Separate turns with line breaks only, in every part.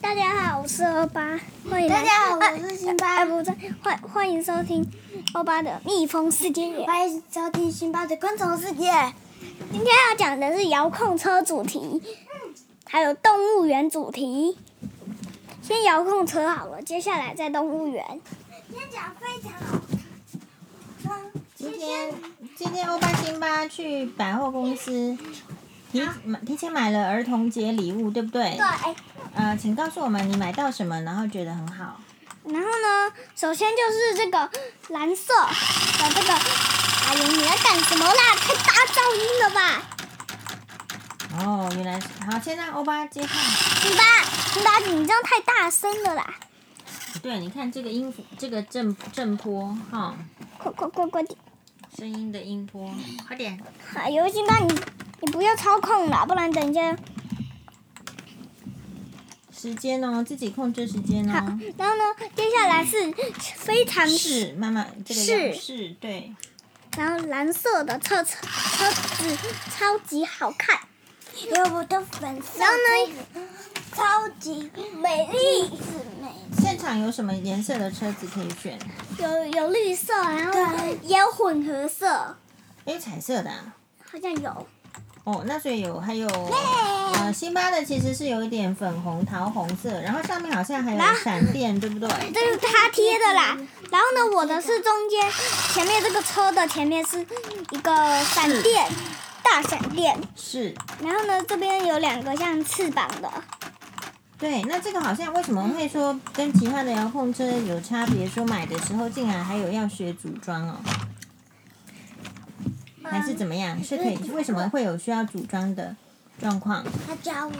大家好，我是欧巴，欢迎来
大家好我是辛巴
哎不对，欢欢迎收听欧巴的蜜蜂世界园。
欢迎收听辛巴的昆虫世界。
今天要讲的是遥控车主题，还有动物园主题。先遥控车好了，接下来再动物园。
今天讲非常好看。
今天今天欧巴辛巴去百货公司提买提前买了儿童节礼物，对不对？
对，
呃，请告诉我们你买到什么，然后觉得很好。
然后呢，首先就是这个蓝色的这个，哎呦，你在干什么啦？太大噪音了吧！
哦，原来是好，先让欧巴 接看。
辛巴，辛巴，你这样太大声了啦！
对，你看这个音符，这个震震波哈、
快快快快点！
声音的音波，快点。
哎呦，辛巴，你你不要操控啦，不然等一下
时间哦，自己控制时间
好
哦。。
然后呢，接下来是非常
是，妈妈，这个
是
要是对，
然后蓝色的车车车子超级好看，
有我的粉丝，
然后呢，
超级美丽，美
现场有什么颜色的车子可以选？
有有绿色，然后
对
也有混合色，
哎，彩色的啊、
好像有。
哦，那所以有还有呃，辛巴的其实是有一点粉红、桃红色，然后上面好像还有
然后
闪电，对不对？
这是他贴的啦。然后呢，我的是中间前面这个车的前面是一个闪电，大闪电。
是，
然后呢，这边有两个像翅膀的，
对。那这个好像为什么会说跟其他的遥控车有差别？说买的时候竟然还有要学组装哦，
嗯
还
嗯
是怎么样？是可以？为什么会有需要组装的状况？
他教我，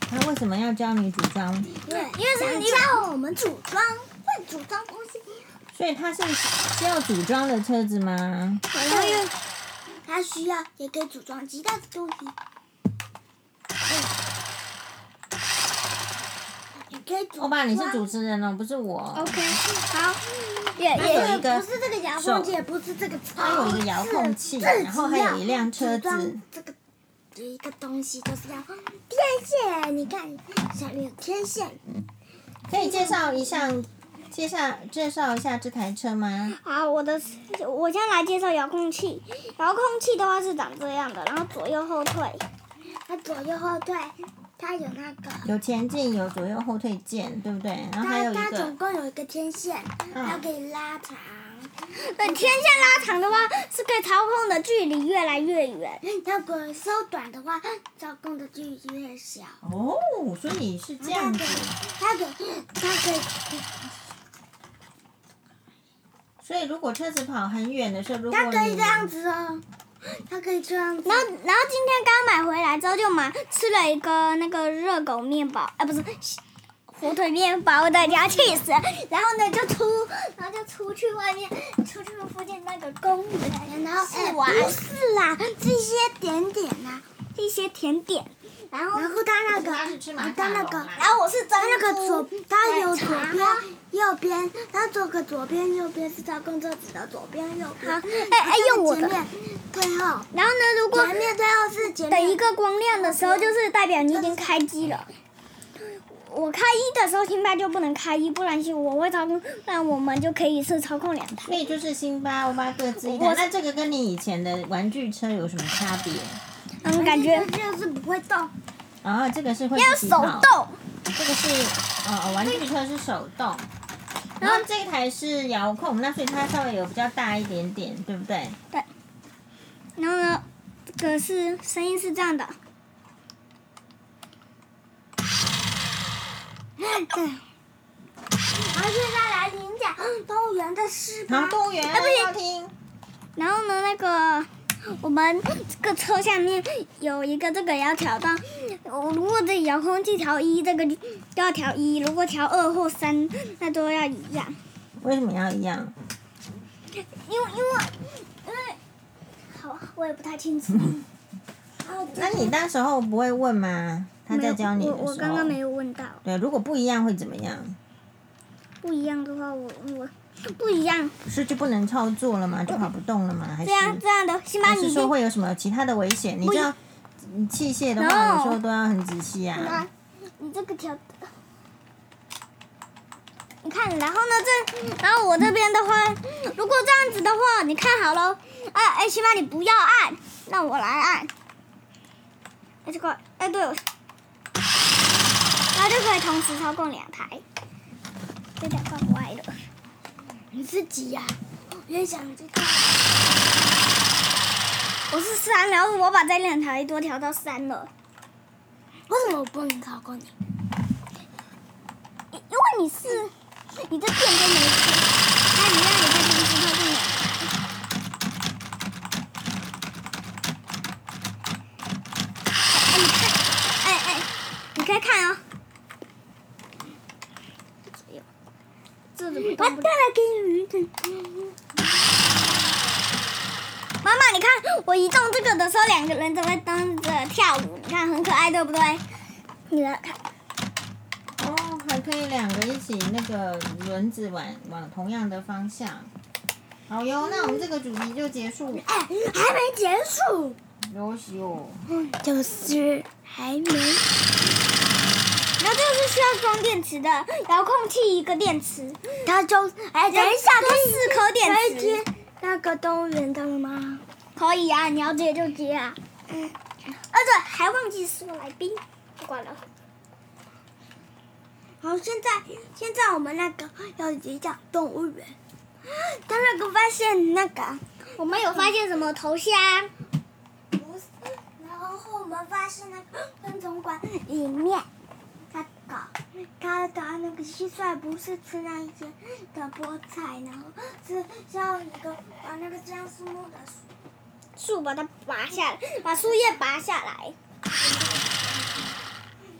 他为什么要教你组装？
因为
因为是你
教我们组装，会组装东西。
所以它是需要组装的车子吗？
然后又
他需要也可以组装其他的东西。嗯也可以组装。
欧巴，你是主持人哦，不是我。
OK 好，也
还有
也
一个
不是这个遥控器，也不是这个操，
它有一个遥控器
自己
然后还有一辆车子
要组装这个有一个东西就是要天线，你看上面有天线，
可以介绍一下，介绍介绍一下这台车吗？
好，我的是我先来介绍遥控器。遥控器的话是长这样的，然后左右后退，
它左右后退，它有那个，
有前进，有左右后退键，对不对？然后哦还有
它
一
它
个
总，共有一个天线，
嗯
它可以拉长，
等天线拉长的话，是可以操控的距离越来越远。
它如果缩短的话，操控的距离越小。
哦，所以是这样子，
它可以，它可以，
所以如果车子跑很远的时候，如果
它可以
你
这样子哦，它可以这样子。
然后，然后今天刚买回来之后，就买吃了一个那个热狗面包，啊，不是火腿面包的，你要气死了。然后呢，就出，然后就出去外面，出去附近那个公园，然后
哎
试玩
不是啦，这些点点啦、
一些甜点，然后
然后它那个，
他是吃马
它
卡
那
龙
个，
啊
然后我是真
它那个左，它有左
奶茶
边、右边，它这个左边、右边是它工作指的左边、右边。
好哎哎用我的
前面退后，
然后呢，如果
前面退后是前
等
面
一个光亮的时候，就是代表你已经开机了。我开一的时候，辛巴就不能开一，不然我会操控，不然我们就可以一次操控两
啊
台。
所以就是辛巴、欧巴各自一
我
台。那这个跟你以前的玩具车有什么差别？
嗯，感觉
这个就是不会动，
然后这个是会
要
自己
手
跑
动，
这个是呃玩具车是手动，
嗯
然后这台是遥控，那所以它稍微有比较大一点点，对不对？
然后呢，这个是声音是这样的，
然后现在来领奖动物园的事
好，
吧。
动物园
哎不行
要听。
然后呢，那个我们这个车下面有一个这个要调到，我如果这遥控器调一，这个就就要调一；如果调二或三，那都要一样。
为什么要一样？
因为因为因为，好，我也不太清楚。
那你那时候不会问吗？他在教你
没有
的时候。
我我刚刚没有问到，
对，如果不一样会怎么样？
不一样的话，我我不一样，
是就不能操作了吗？就跑不动了吗？还
这
是
样这样的，辛巴
还
啊你
是
已
说
经
会有什么其他的危险？你
不
知
一
道，嗯器械的话
No
有时候都要很仔细啊。
你这个调，你看，然后呢这，然后我这边的话，如果这样子的话，你看好喽，哎哎，起码你不要按，让我来按。哎，这个，哎对，我然后就可以同时操控两台，这台怪怪的。
你自己呀、我也想知道。
我是三，然后我把这两台都调到三了，
为什么我不能考过你？
因因为你是你的电都没开，那你让你在同时操控两台。哎，你看，哎哎，你可以看啊、哦。这怎么
我带
动不了？
了给你鱼的。
妈妈，你看我移动这个的时候，两个人都会跟着跳舞，你看很可爱，对不对？你来看，
哦，还可以两个一起那个轮子往往同样的方向。好哟，那我们这个主题就结束。
哎，还没结
嗯
束，
哟西哟，
就是还没。
然后这个是需要装电池的，遥控器一个电池，
他就哎，等一下，
都四颗电
那一
池
天，那个动物园的吗？
可以啊，你要接就接啊。啊对，还忘记说来宾，不管了。
好，现在现在我们那个要讲动物园，他那个发现那个，
我们有发现什么头像？
不是，然后我们发现那个昆虫馆
嗯
里面，他搞他的那个蟋蟀不是吃那些的菠菜，然后是像一个把那个像树木的树。
树把它拔下来，把树叶拔下来。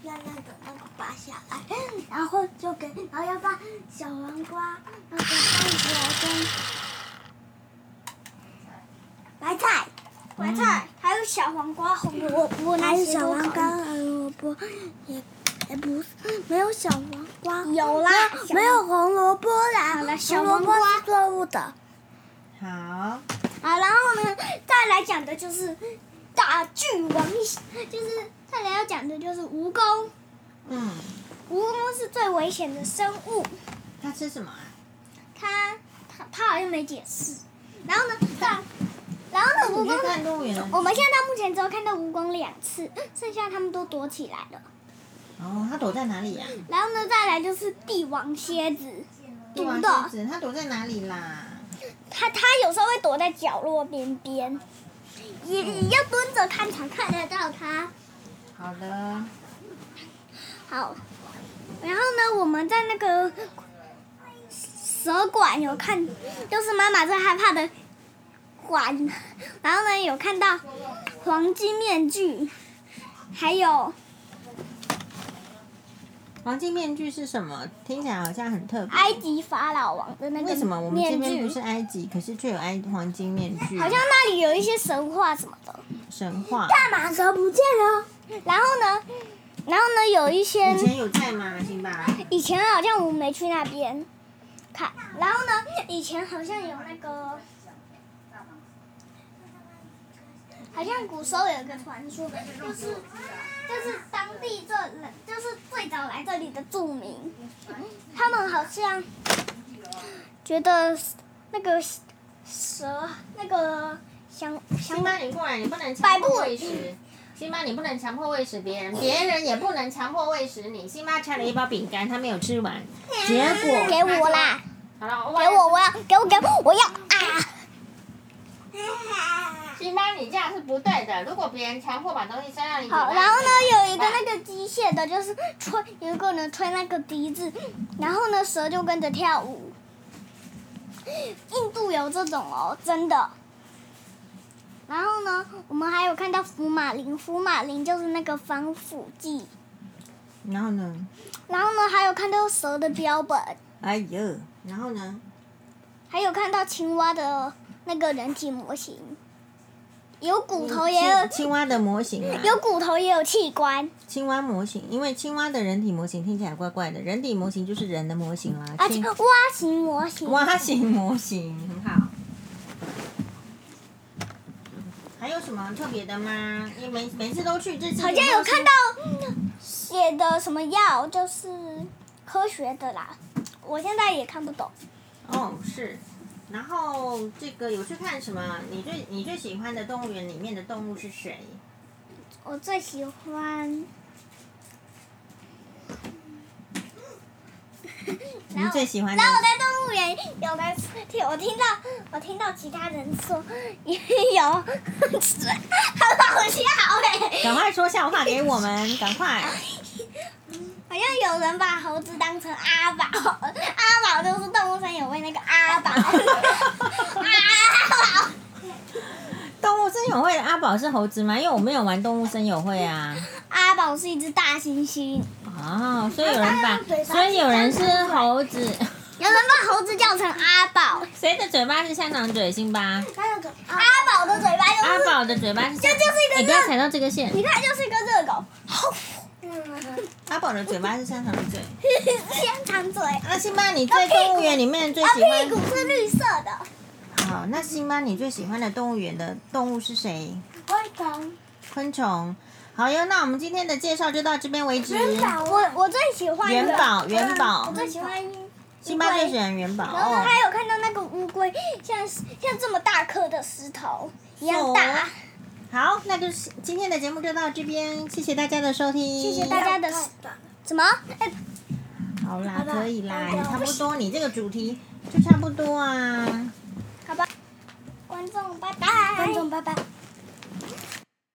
要那个那个拔下来，然后就给，然后要把小黄瓜那个番茄跟白菜，嗯
白菜，还有小黄瓜、红萝卜
还
那
有
些
小
都
黄瓜
可
和萝卜，也也不是没有小黄瓜，
以。有啦，小
没有红萝卜
好
啦，
了小
红萝卜
黄瓜
是作物的，
好，
啊，然后呢，再来讲的就是大巨王，就是再来要讲的就是蜈蚣。
嗯，
蜈蚣是最危险的生物，
它吃什么啊？
它它它好像没解释。然后呢，大，然后呢，蜈
你去看
蚣，
动物园的。
哦我们现在到目前只有看到蜈蚣两次，剩下它们都躲起来了。
哦，它躲在哪里呀、
然后呢，再来就是帝王蝎子，
帝王
毒
蝎
的，
子，它躲在哪里啦？
它它有时候会躲在角落边边，也也要蹲着看才看得到它。
好的，
好，然后呢，我们在那个蛇馆有看，就是妈妈最害怕的馆，然后呢有看到黄金面具，还有
黄金面具是什么？听起来好像很特别。
埃及法老王的那个
为什么我们这
啊面
边
具
不，是埃及，可是却有埃黄金面具？
好像那里有一些神话什么的。
神话。
大马蛇不见了，
然后呢，然后呢有一些
以前有在吗？辛 巴？
以前好像我没去那边看，然后呢，以前好像有那个，好像古时候有一个传说，就是就是当地这人，就是最早来这里的住民，他们好像觉得那个蛇那个想想
辛巴，你过来，你不能
百
强
步
迫喂食。辛巴，你不能强迫喂食别人，别人也不能强迫喂食你。辛巴拆了一包饼干，他没有吃完，结果
给我啦，
好了，我
给我我要给我给我我要啊！
辛巴，你这样是不对的。如果别人强迫把东西塞到你嘴
好，
巴里
然后呢，有一个那个机械的，就是吹，有一个人吹那个笛子，然后呢，蛇就跟着跳舞。印度有这种哦，真的。然后呢，我们还有看到福马林，福马林就是那个防腐剂。
然后呢？
然后呢，还有看到蛇的标本，
哎呦，然后呢？
还有看到青蛙的那个人体模型，有骨头也有
青，嗯青蛙的模型啊，
有骨头也有器官。
青蛙模型，因为青蛙的人体模型听起来怪怪的，人体模型就是人的模型啦。
而且
青
蛙形模型，
蛙型模型很好。还有什么特别的吗？你每每次都去，这次
好像有看到写的什么药，就是科学的啦，我现在也看不懂。
哦，是。然后这个有去看什么？你最你最喜欢的动物园里面的动物是谁？
我最喜 欢，
你最喜欢的
然后我在动物园有人听，我听到我听到其他人说有吃，很好笑哎、
赶快说笑话给我们，赶快！
好像有人把猴子当成阿宝，阿宝就是动物森友会那个阿宝， 阿宝。
动物森友会的阿宝是猴子吗？因为我没有玩动物森友会啊。
阿宝是一只大猩猩，
哦，所以有人把，所以有人是猴子，
有人把猴子叫成阿宝，
谁的嘴巴是香肠嘴？辛巴，
还有个啊，
阿宝的嘴巴就
阿
是，
宝的嘴巴是香，
这就是一个
你不要踩到这个线。
你看就是一个热狗，
嗯，
阿宝的嘴巴是香肠嘴。
香肠嘴，
那辛巴，你在动物园里面最喜
啊屁股
欢？
是绿色的，
好，那辛巴，你最喜欢的动物园的动物是谁？
昆虫，
昆虫。好哟，那我们今天的介绍就到这边为止。
元宝，
我我最喜欢
元
的
宝，元宝
我，最喜欢。
辛巴最喜欢元宝。
然后
哦，
还有看到那个乌龟，像像这么大颗的石头一样
哦
大。
好，那就是今天的节目就到这边，谢谢大家的收听。谢
谢大家的什么？哎，
好啦，可以啦，
拜拜
也差不多，你这个主题就差不多啊。
观众拜拜，
观众拜拜。